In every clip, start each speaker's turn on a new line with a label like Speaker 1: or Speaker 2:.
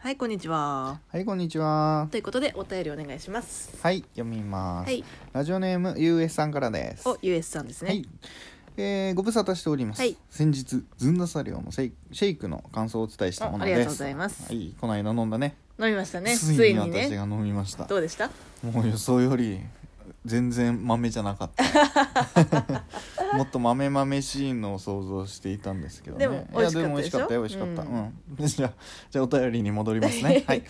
Speaker 1: はい、こんにちは。
Speaker 2: はい、こんにちは。
Speaker 1: ということで、お便りお願いします。
Speaker 2: はい、読みます。
Speaker 1: はい、
Speaker 2: ラジオネーム、ゆうえさんからです。
Speaker 1: お、US さんですね。
Speaker 2: はい、えーご無沙汰しております。
Speaker 1: はい
Speaker 2: 先日、ずんだサリオのシェイシェイクの感想をお伝えしたもので
Speaker 1: あ
Speaker 2: す。
Speaker 1: ありがとうございます
Speaker 2: はい、この間飲んだね。
Speaker 1: 飲みましたね。
Speaker 2: つ
Speaker 1: つ
Speaker 2: い
Speaker 1: い
Speaker 2: に
Speaker 1: に
Speaker 2: 私
Speaker 1: ね。
Speaker 2: が飲みました。
Speaker 1: どうでした
Speaker 2: もう予想より、全然豆じゃなかった。 もっと豆豆しいのを想像していたんですけどね。
Speaker 1: でも美味しかったでしょ
Speaker 2: いやでも美味しかったよ、美味しかった。
Speaker 1: う
Speaker 2: うん。じゃあ、じゃあお便りに戻ります ね。はい。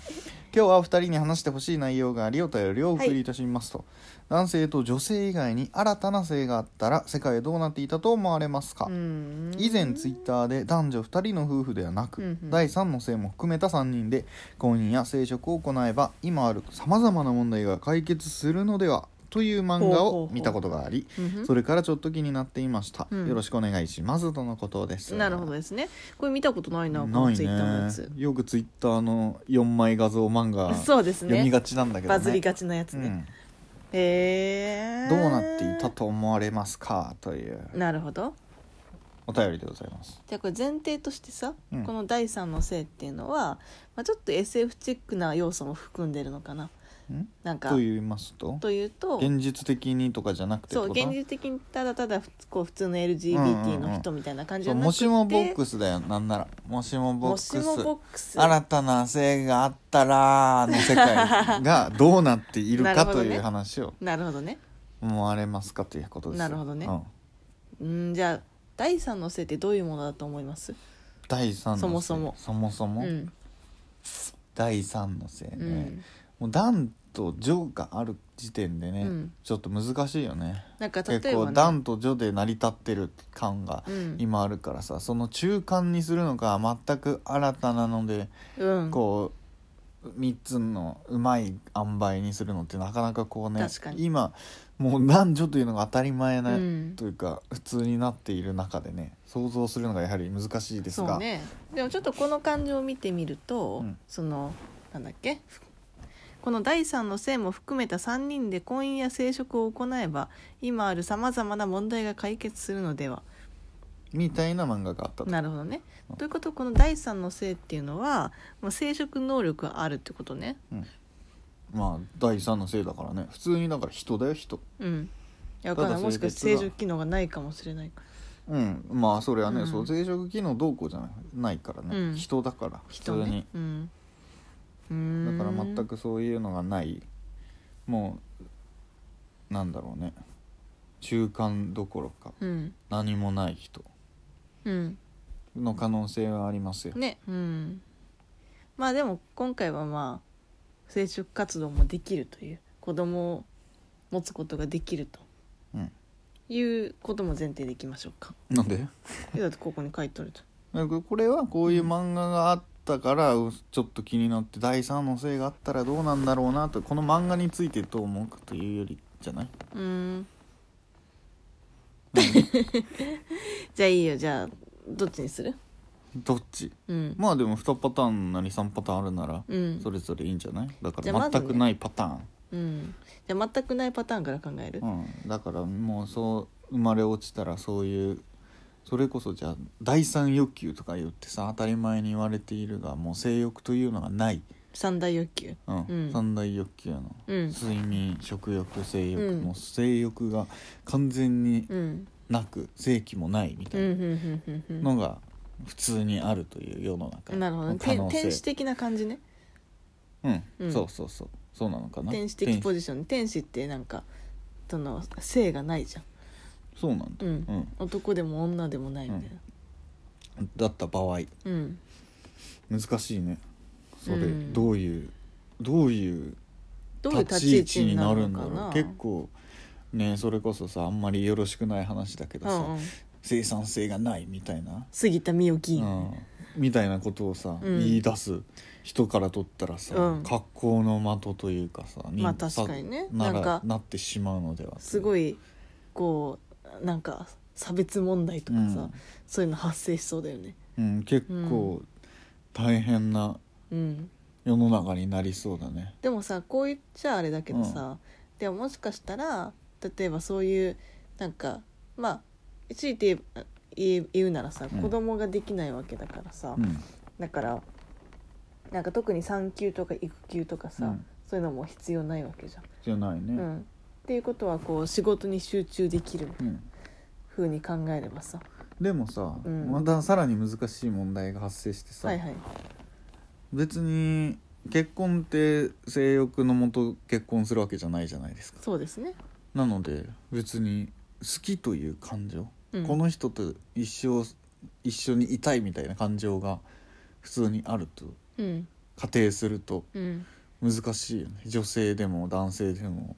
Speaker 2: 今日はお二人に話してほしい内容がありお便りをお送りいたしますと、男性と女性以外に新たな性があったら世界どうなっていたと思われますか、
Speaker 1: うん
Speaker 2: 以前ツイッターで男女2人の夫婦ではな
Speaker 1: う
Speaker 2: く、
Speaker 1: んうん
Speaker 2: 第3の性も含めた3人で婚姻や生殖を行えば今あるさまざまな問題が解決するのではという漫
Speaker 1: ほう
Speaker 2: 画
Speaker 1: ほう
Speaker 2: を
Speaker 1: ほう
Speaker 2: 見たことがあり
Speaker 1: うんふん
Speaker 2: それからちょっと気になっていました、
Speaker 1: うん
Speaker 2: よろしくお願いしますとのことです
Speaker 1: なるほどですね。これ見たことないな、こ
Speaker 2: な
Speaker 1: の
Speaker 2: い
Speaker 1: ツイッターのや
Speaker 2: ね
Speaker 1: つ。
Speaker 2: よくツイッターの4枚画像漫画
Speaker 1: そうです
Speaker 2: 読み
Speaker 1: ね。
Speaker 2: がちなんだけどね
Speaker 1: バズりがちなやつね。へ
Speaker 2: う
Speaker 1: え。
Speaker 2: ん、どうなっていたと思われますかという
Speaker 1: なるほど。
Speaker 2: お便りでございます
Speaker 1: じゃあこれ前提としてさ、
Speaker 2: うん
Speaker 1: この第三の性っていうのは、まあ、ちょっと SF チックな要素も含んでるのかな。
Speaker 2: ん
Speaker 1: なんか
Speaker 2: と言いますと
Speaker 1: というと
Speaker 2: 現実的にとかじゃなくて
Speaker 1: そう
Speaker 2: ってこと
Speaker 1: 現実的にただただふつこう普通の LGBT の人みたいな感じじゃなくて、
Speaker 2: そうもしもボックスだよなんならもしもボッ
Speaker 1: も
Speaker 2: クス
Speaker 1: しもボックス
Speaker 2: 新たな性があったらの世界がどうなってい る
Speaker 1: な
Speaker 2: か
Speaker 1: るほ
Speaker 2: と
Speaker 1: どね
Speaker 2: いう話を
Speaker 1: なるほどね
Speaker 2: 思われますかということですよ
Speaker 1: なるほどね
Speaker 2: うん
Speaker 1: うんじゃあ第三の性ってどういうものだと思います
Speaker 2: 第三の性
Speaker 1: そもそも
Speaker 2: そもそうも
Speaker 1: ん、
Speaker 2: 第三の性ね、
Speaker 1: うん、
Speaker 2: もう段と女がある時点でね、
Speaker 1: うん
Speaker 2: ちょっと難しいよね
Speaker 1: なんか例
Speaker 2: 結
Speaker 1: えば、
Speaker 2: 構
Speaker 1: ね、
Speaker 2: 男と女で成り立ってる感が
Speaker 1: うん
Speaker 2: 今あるからさ、その中間にするのか全く新たなので、
Speaker 1: うん
Speaker 2: こう3つのうまい塩梅にするのってなかなかこうね
Speaker 1: 確かに
Speaker 2: 今もう男女というのが当たり前な、
Speaker 1: うん
Speaker 2: というか普通になっている中でね想像するのがやはり難しいです
Speaker 1: そう
Speaker 2: が、
Speaker 1: ねでもちょっとこの感じを見てみると、
Speaker 2: うん
Speaker 1: そのなんだっけこの第三の性も含めた3人で婚姻や生殖を行えば今あるさまざまな問題が解決するのでは
Speaker 2: みたいな漫画があったと
Speaker 1: なるほどね
Speaker 2: うん
Speaker 1: ということはこの第三の性っていうのは、まあ、生殖能力があるってことね
Speaker 2: まあ第三のせいだからね普通にだから人だよ人
Speaker 1: うんいやわかんない
Speaker 2: ただ
Speaker 1: も
Speaker 2: そ
Speaker 1: し
Speaker 2: れ
Speaker 1: か
Speaker 2: 別
Speaker 1: して生
Speaker 2: だ
Speaker 1: 殖機能がないかもしれないから
Speaker 2: うんまあそれはね、
Speaker 1: うん
Speaker 2: そう生殖機能どうこうじゃないないからね、
Speaker 1: うん
Speaker 2: 人だから普通
Speaker 1: 人
Speaker 2: に、
Speaker 1: ねうんうーん
Speaker 2: だから全くそういうのがないもうなんだろうね中間どころか
Speaker 1: うん
Speaker 2: 何もない人
Speaker 1: うん
Speaker 2: の可能性はありますよ、
Speaker 1: ねうんまあでも今回はまあ生殖活動もできるという子供を持つことができると
Speaker 2: うん、
Speaker 1: いうことも前提でいきましょうか
Speaker 2: なんで
Speaker 1: いやだってここに書いてあると
Speaker 2: なんかこれはこういう漫画があったからちょっと気になって第三の性があったらどうなんだろうなとこの漫画についてどう思うかというよりじゃないう
Speaker 1: ーんじゃあいいよじゃあどっちにする
Speaker 2: どっち
Speaker 1: うん、
Speaker 2: まあでも2パターンなり3パターンあるなら
Speaker 1: うん
Speaker 2: それぞれいいんじゃないだか
Speaker 1: じゃあま
Speaker 2: ら
Speaker 1: ずね
Speaker 2: 全くないパターン、
Speaker 1: うん、じゃあ全くないパターンから考える、
Speaker 2: うん、だからもうそう生まれ落ちたらそういうそれこそじゃあ第三欲求とか言ってさ当たり前に言われているがもう性欲というのがない、
Speaker 1: 三大欲求
Speaker 2: うん
Speaker 1: うん
Speaker 2: 三大欲求の、
Speaker 1: うん
Speaker 2: 睡眠食欲性欲、
Speaker 1: うん
Speaker 2: もう性欲が完全に
Speaker 1: うん
Speaker 2: なく性器もないみ
Speaker 1: う
Speaker 2: た
Speaker 1: んうん
Speaker 2: い
Speaker 1: うんうん
Speaker 2: なのが普通にあるという世の中
Speaker 1: うんなるほど、ね、
Speaker 2: の可
Speaker 1: 天
Speaker 2: 能性
Speaker 1: 天使的な感じね
Speaker 2: うん、
Speaker 1: うん
Speaker 2: そうそうそうそうなのかな
Speaker 1: 天使的ポジション天使ってなんかその性がないじゃん
Speaker 2: そうなんだ、
Speaker 1: うん男でも女でもないみたいな
Speaker 2: うん、だった場合
Speaker 1: うん、
Speaker 2: 難しいねそれ、
Speaker 1: うん
Speaker 2: どういうどういう
Speaker 1: どういう
Speaker 2: 立
Speaker 1: 立
Speaker 2: ち
Speaker 1: ち
Speaker 2: 位
Speaker 1: 位
Speaker 2: 置
Speaker 1: 置
Speaker 2: に
Speaker 1: に
Speaker 2: な
Speaker 1: な
Speaker 2: る
Speaker 1: る
Speaker 2: ん
Speaker 1: の
Speaker 2: だ
Speaker 1: か
Speaker 2: ろ
Speaker 1: な
Speaker 2: う結構ねそれこそさあんまりよろしくない話だけどさ、
Speaker 1: うんうん、
Speaker 2: 生産性がないみたいな、
Speaker 1: 杉田水脈議
Speaker 2: う
Speaker 1: 員、
Speaker 2: ん、みたいなことをさ、
Speaker 1: うん
Speaker 2: 言い出す人からとったらさ、
Speaker 1: うん
Speaker 2: 格好の的というかさに
Speaker 1: まあ確かにね
Speaker 2: さな
Speaker 1: なんから
Speaker 2: なってしまうのでは
Speaker 1: す
Speaker 2: い
Speaker 1: ごいこうなんか差別問題とかさ、
Speaker 2: うん
Speaker 1: そういうの発生しそうだよね
Speaker 2: うん、結構大変な
Speaker 1: うん
Speaker 2: 世の中になりそうだね。
Speaker 1: でもさこう言っちゃあれだけどさ、でももしかしたら例えばそういうなんかまあ強いて言えば言え言うならさ
Speaker 2: うん
Speaker 1: 子供ができないわけだからさ、
Speaker 2: うん
Speaker 1: だからなんか特に産休とか育休とかさ、
Speaker 2: うん
Speaker 1: そういうのも必要ないわけじゃん。
Speaker 2: じゃない
Speaker 1: うん
Speaker 2: ね
Speaker 1: っていうことはこう仕事に集中できる
Speaker 2: うん
Speaker 1: ふうに考えればさ
Speaker 2: でもさ、
Speaker 1: うん
Speaker 2: またさらに難しい問題が発生してさ、
Speaker 1: はいはい
Speaker 2: 別に結婚って性欲のもと結婚するわけじゃないじゃないですか
Speaker 1: そうですね、
Speaker 2: なので別に好きという感情、
Speaker 1: うん、
Speaker 2: この人と一生一緒にいたいみたいな感情が普通にあると
Speaker 1: うん
Speaker 2: 仮定すると
Speaker 1: うん
Speaker 2: 難しいよね女性でも男性でも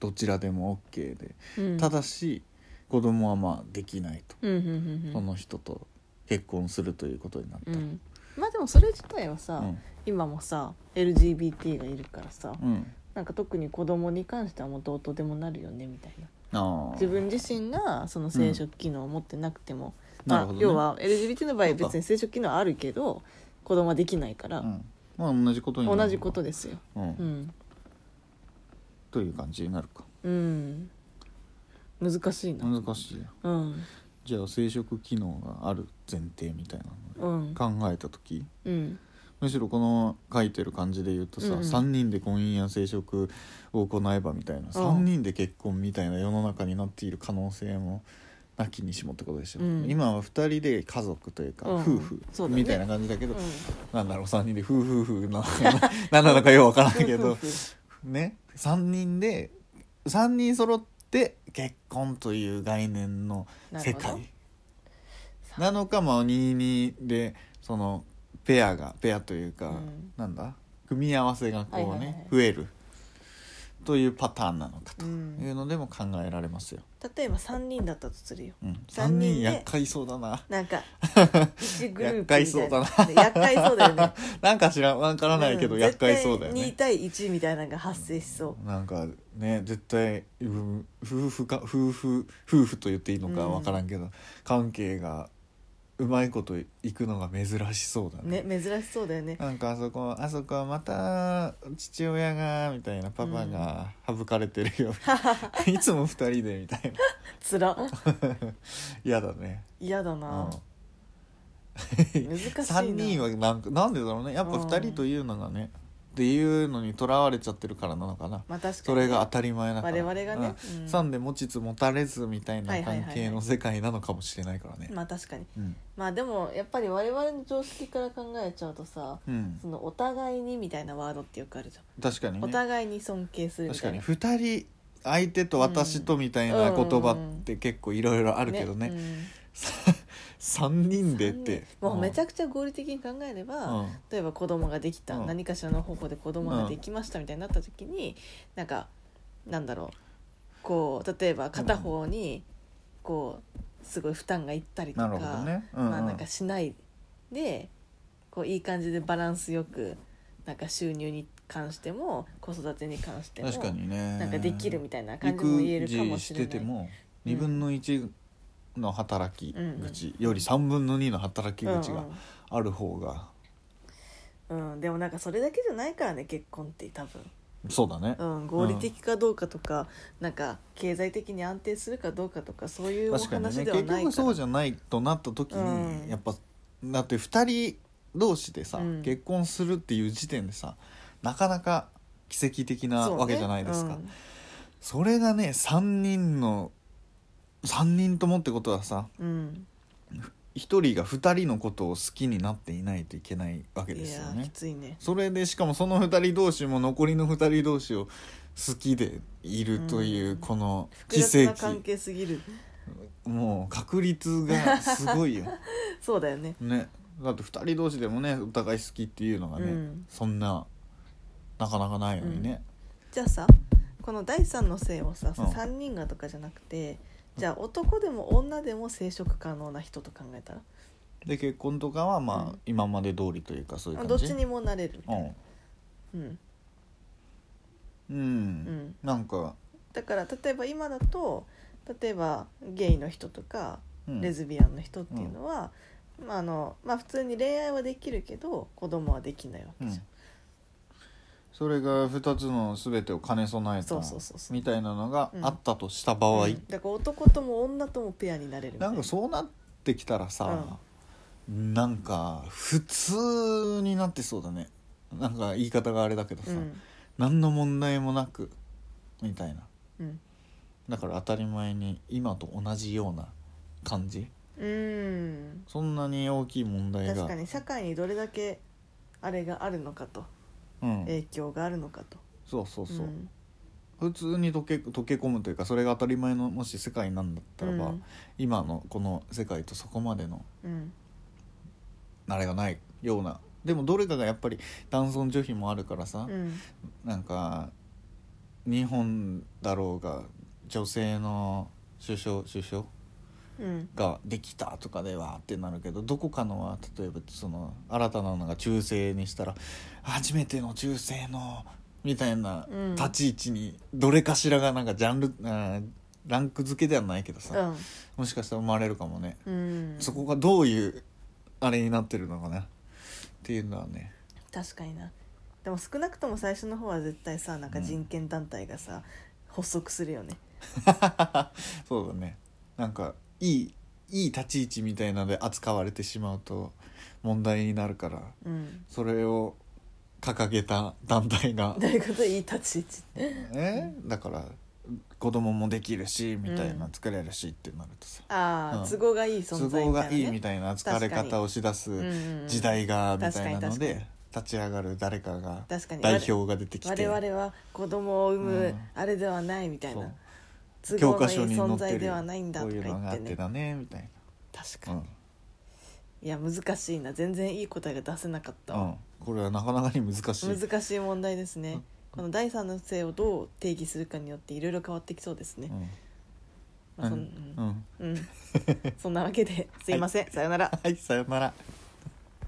Speaker 2: どちらでも OK で、
Speaker 1: うん
Speaker 2: ただし子供はまあできないと、
Speaker 1: うんうんうんう
Speaker 2: そ
Speaker 1: ん
Speaker 2: の人と結婚するということになった
Speaker 1: う
Speaker 2: ら、
Speaker 1: んまあでもそれ自体はさ、
Speaker 2: うん
Speaker 1: 今もさ LGBT がいるからさ、
Speaker 2: うん、
Speaker 1: なんか特に子供に関してはもうどうとでもなるよねみたいな
Speaker 2: ああ
Speaker 1: 自分自身がその生殖機能を持ってなくても、
Speaker 2: な
Speaker 1: ま
Speaker 2: る
Speaker 1: あ
Speaker 2: ほど、ね、
Speaker 1: 要は LGBT の場合
Speaker 2: そうか
Speaker 1: 別に生殖機能はあるけど子供はできないから、
Speaker 2: うん、まあ同じことになるのか
Speaker 1: 同じことですよ。
Speaker 2: うん
Speaker 1: うん、
Speaker 2: という感じになるか
Speaker 1: うん、難しいな。
Speaker 2: 難しいよ
Speaker 1: うん、
Speaker 2: じゃあ生殖機能がある前提みたいな
Speaker 1: うん、
Speaker 2: の考えた時
Speaker 1: うん、
Speaker 2: むしろこの書いてる感じで言うとさ、
Speaker 1: うんうん
Speaker 2: 3人で婚姻や生殖を行えばみたいな3人で結婚みたいな世の中になっている可能性もなきにしもってことでしょ、
Speaker 1: うん
Speaker 2: 今は2人で家族というか、
Speaker 1: うん
Speaker 2: 夫婦
Speaker 1: そうだね
Speaker 2: みたいな感じだけ
Speaker 1: う
Speaker 2: ど、
Speaker 1: ん、
Speaker 2: なんだろう3人で夫婦夫婦な何なの かようわからないけ ど
Speaker 1: 夫婦
Speaker 2: ね3人で3人揃って結婚という概念の世
Speaker 1: なるほど
Speaker 2: 界なのかまあ22でそのペアがペアというか、
Speaker 1: うん
Speaker 2: なんだ組み合わせがこうね、
Speaker 1: はいはいはい
Speaker 2: 増えるというパターンなのかと
Speaker 1: うん
Speaker 2: いうのでも考えられますよ、
Speaker 1: 例えば三人だったとするよ。
Speaker 2: うん、3
Speaker 1: 三人で
Speaker 2: 人厄介そうだな
Speaker 1: なんか一グルー
Speaker 2: 厄
Speaker 1: プ
Speaker 2: 介そうだな
Speaker 1: みたいなね厄介そうだよね。
Speaker 2: なんか知らんわからないけど
Speaker 1: うん
Speaker 2: 厄介そうだよ
Speaker 1: 絶
Speaker 2: ね
Speaker 1: 対2対1みたいなのが発生しそう
Speaker 2: なんかね絶対うん夫婦か夫婦夫婦と言っていいのか
Speaker 1: うん
Speaker 2: 分からんけど、関係がうまいこといくのが珍しそうだね
Speaker 1: ね珍しそうだよね
Speaker 2: なんかあそこあそこはまた父親がみたいなパパが省かれてる よ、いつも2人でみたいな
Speaker 1: つら
Speaker 2: 嫌だね、
Speaker 1: 嫌だ
Speaker 2: うん、
Speaker 1: な、難しいな
Speaker 2: 3人はなんかなんでだろうねやっぱ2人というのがね、っていうのにとらわれちゃってるからなのかな
Speaker 1: まあ確かに
Speaker 2: それが当たり前だから
Speaker 1: 我々がね
Speaker 2: うん
Speaker 1: うん
Speaker 2: さんで持ちつ持たれずみたい
Speaker 1: は
Speaker 2: ない
Speaker 1: はいはい
Speaker 2: 関
Speaker 1: はい
Speaker 2: 係の世界なのかもしれないからね、
Speaker 1: まあ確かに
Speaker 2: うん
Speaker 1: まあでもやっぱり我々の常識から考えちゃうとさ
Speaker 2: うん
Speaker 1: そのお互いにみたいなワードってよくあるじゃん、
Speaker 2: 確かに
Speaker 1: お
Speaker 2: ね
Speaker 1: 互いに尊敬するみ
Speaker 2: 確
Speaker 1: た
Speaker 2: か
Speaker 1: いな
Speaker 2: に2人相手と私とみたいな言葉って結構いろいろあるけどね、さ三3人でっ
Speaker 1: うん
Speaker 2: て
Speaker 1: もうめちゃ
Speaker 2: くち
Speaker 1: くちゃ合理的に考えれば、
Speaker 2: うん
Speaker 1: 例えば子供ができた、
Speaker 2: うん
Speaker 1: 何かしらの方法で子供ができましたみたいになった時に、なんかなんだろうこう例えば片方にこうすごい負担がいったりと
Speaker 2: な
Speaker 1: か、
Speaker 2: るほどね、うんうん
Speaker 1: まあ、なんかしないでこういい感じでバランスよくなんか収入に関しても子育てに関しても
Speaker 2: 確かにね
Speaker 1: なんかできるみたいな感じも言えるかもしれない。
Speaker 2: 育児してても
Speaker 1: うん
Speaker 2: 2分の1の働き口より3分の2の働き口がある方が、
Speaker 1: うんうんうん、でもなんかそれだけじゃないからね結婚って多分
Speaker 2: そうだね、
Speaker 1: うん、合理的かどうかとか、なんか経済的に安定するかどうかとかそういうお
Speaker 2: 確かに
Speaker 1: 話
Speaker 2: ね
Speaker 1: では
Speaker 2: 結
Speaker 1: ない
Speaker 2: 局
Speaker 1: か
Speaker 2: そ
Speaker 1: ら
Speaker 2: うじゃないとなった時に、
Speaker 1: うん
Speaker 2: やっぱだって2人同士でさ、
Speaker 1: うん
Speaker 2: 結婚するっていう時点でさなかなか奇跡的な
Speaker 1: そうね
Speaker 2: わけじゃないですか
Speaker 1: うん
Speaker 2: それがね3人の3人ともってことはさ
Speaker 1: うん
Speaker 2: 1人が2人のことを好きになっていないといけないわけ
Speaker 1: い
Speaker 2: ですよ
Speaker 1: やーき
Speaker 2: ね。
Speaker 1: ついね
Speaker 2: それでしかもその2人同士も残りの2人同士を好きでいるといううんこの
Speaker 1: 複
Speaker 2: 奇
Speaker 1: 雑な
Speaker 2: 跡、
Speaker 1: 関係すぎる
Speaker 2: もう確率がすごいよ。
Speaker 1: そうだよね
Speaker 2: ねだって2人同士でもねお互い好きっていうのがね、
Speaker 1: うん
Speaker 2: そんななかなかないのにね、
Speaker 1: じゃあさこの第三の性をさ、
Speaker 2: うん
Speaker 1: 三人がとかじゃなくてじゃあ男でも女でも生殖可能な人と考えたら、
Speaker 2: で結婚とかはまあ、
Speaker 1: うん
Speaker 2: 今まで通りというかそういう
Speaker 1: まあ
Speaker 2: 感じ
Speaker 1: どっちにもなれるみ
Speaker 2: う
Speaker 1: たいなんうん
Speaker 2: うん、
Speaker 1: ん
Speaker 2: なんか、
Speaker 1: だから例えば今だと例えばゲイの人とか
Speaker 2: うん、
Speaker 1: レズビアンの人っていうのは、まああのまあ、普通に恋愛はできるけど子供はできないわ
Speaker 2: う
Speaker 1: けじ
Speaker 2: んそれが2つの全てを兼ね備えた
Speaker 1: そうそうそうそう
Speaker 2: みたいなのが
Speaker 1: うん
Speaker 2: あったとした
Speaker 1: ゃ
Speaker 2: 場
Speaker 1: ん、
Speaker 2: 合、
Speaker 1: うんだから男とも女ともペアになれるみたい
Speaker 2: なんかそうなってきたらさ、なんか普通になってそうだねなんか言い方があれだけどさ、
Speaker 1: うん
Speaker 2: 何の問題もなくみたいな
Speaker 1: うん
Speaker 2: だから当たり前に今と同じような感じ
Speaker 1: うん
Speaker 2: そんなに大きい問題が
Speaker 1: 確かに社会にどれだけあれがあるのかと
Speaker 2: うん、
Speaker 1: 影響があるのかと
Speaker 2: そうそうそう、
Speaker 1: ん
Speaker 2: 普通に溶け溶け込むというかそれが当たり前のもし世界なんだったらば、
Speaker 1: うん
Speaker 2: 今のこの世界とそこまでの
Speaker 1: うん
Speaker 2: 慣れがないようなでもどれかがやっぱり男尊女卑もあるからさ、
Speaker 1: うん
Speaker 2: なんか日本だろうが女性の首相首相
Speaker 1: うん
Speaker 2: ができたとかではってなるけどどこかのは例えばその新たなのが中性にしたら初めての中性のみたいな
Speaker 1: うん
Speaker 2: 立ち位置にどれかしらがなんかジャンル、うんランク付けではないけど
Speaker 1: う
Speaker 2: さ、
Speaker 1: ん
Speaker 2: もしかしたら生まれるかもね、
Speaker 1: うん
Speaker 2: そこがどういうあれになってるのかなっていうのはね
Speaker 1: 確かになでも少なくとも最初の方は絶対さなんか人権団体がさ、発足するよね
Speaker 2: そうだねなんかいいいい立ち位置みたいなので扱われてしまうと問題になるから
Speaker 1: うん
Speaker 2: それを掲げた団体が
Speaker 1: どういうこといい立ち位置って
Speaker 2: えだから子供もできるしみたいな
Speaker 1: うん
Speaker 2: 作れるしってなるとさ、
Speaker 1: ああ、
Speaker 2: うん
Speaker 1: 都合がいい存
Speaker 2: 都
Speaker 1: 在
Speaker 2: 合
Speaker 1: みたいな、ね、
Speaker 2: がいいみたいな扱われ
Speaker 1: 確か
Speaker 2: 方
Speaker 1: に
Speaker 2: をしだす
Speaker 1: うんうん
Speaker 2: 時代がみ
Speaker 1: 確
Speaker 2: た
Speaker 1: か
Speaker 2: い
Speaker 1: に
Speaker 2: なの
Speaker 1: 確か
Speaker 2: で立ち上がる誰かが
Speaker 1: 確かに
Speaker 2: 代表が出てき
Speaker 1: 我
Speaker 2: て
Speaker 1: 々は子供を産
Speaker 2: う
Speaker 1: む
Speaker 2: ん
Speaker 1: あれではないみたい
Speaker 2: そ
Speaker 1: な、
Speaker 2: う
Speaker 1: 都
Speaker 2: 教
Speaker 1: 合の
Speaker 2: 科
Speaker 1: いい
Speaker 2: 書に載
Speaker 1: 存
Speaker 2: って
Speaker 1: 在
Speaker 2: る
Speaker 1: ではないんだ
Speaker 2: こ
Speaker 1: か
Speaker 2: とういう
Speaker 1: 言
Speaker 2: のがあ
Speaker 1: っ
Speaker 2: ってて
Speaker 1: ね
Speaker 2: だねみたい
Speaker 1: 確か
Speaker 2: な、
Speaker 1: に、
Speaker 2: うん
Speaker 1: いや難しいな全然いい答えが出せなかった
Speaker 2: うん
Speaker 1: わ、、
Speaker 2: これはなかなかに難しい
Speaker 1: 難しい問題ですね、
Speaker 2: うん
Speaker 1: この第三の性をどう定義するかによっていろいろ変わってきそうですね、
Speaker 2: う
Speaker 1: まあ
Speaker 2: ん
Speaker 1: そん
Speaker 2: うん、
Speaker 1: うん、そんなわけですいません、さよなら
Speaker 2: はいさよなら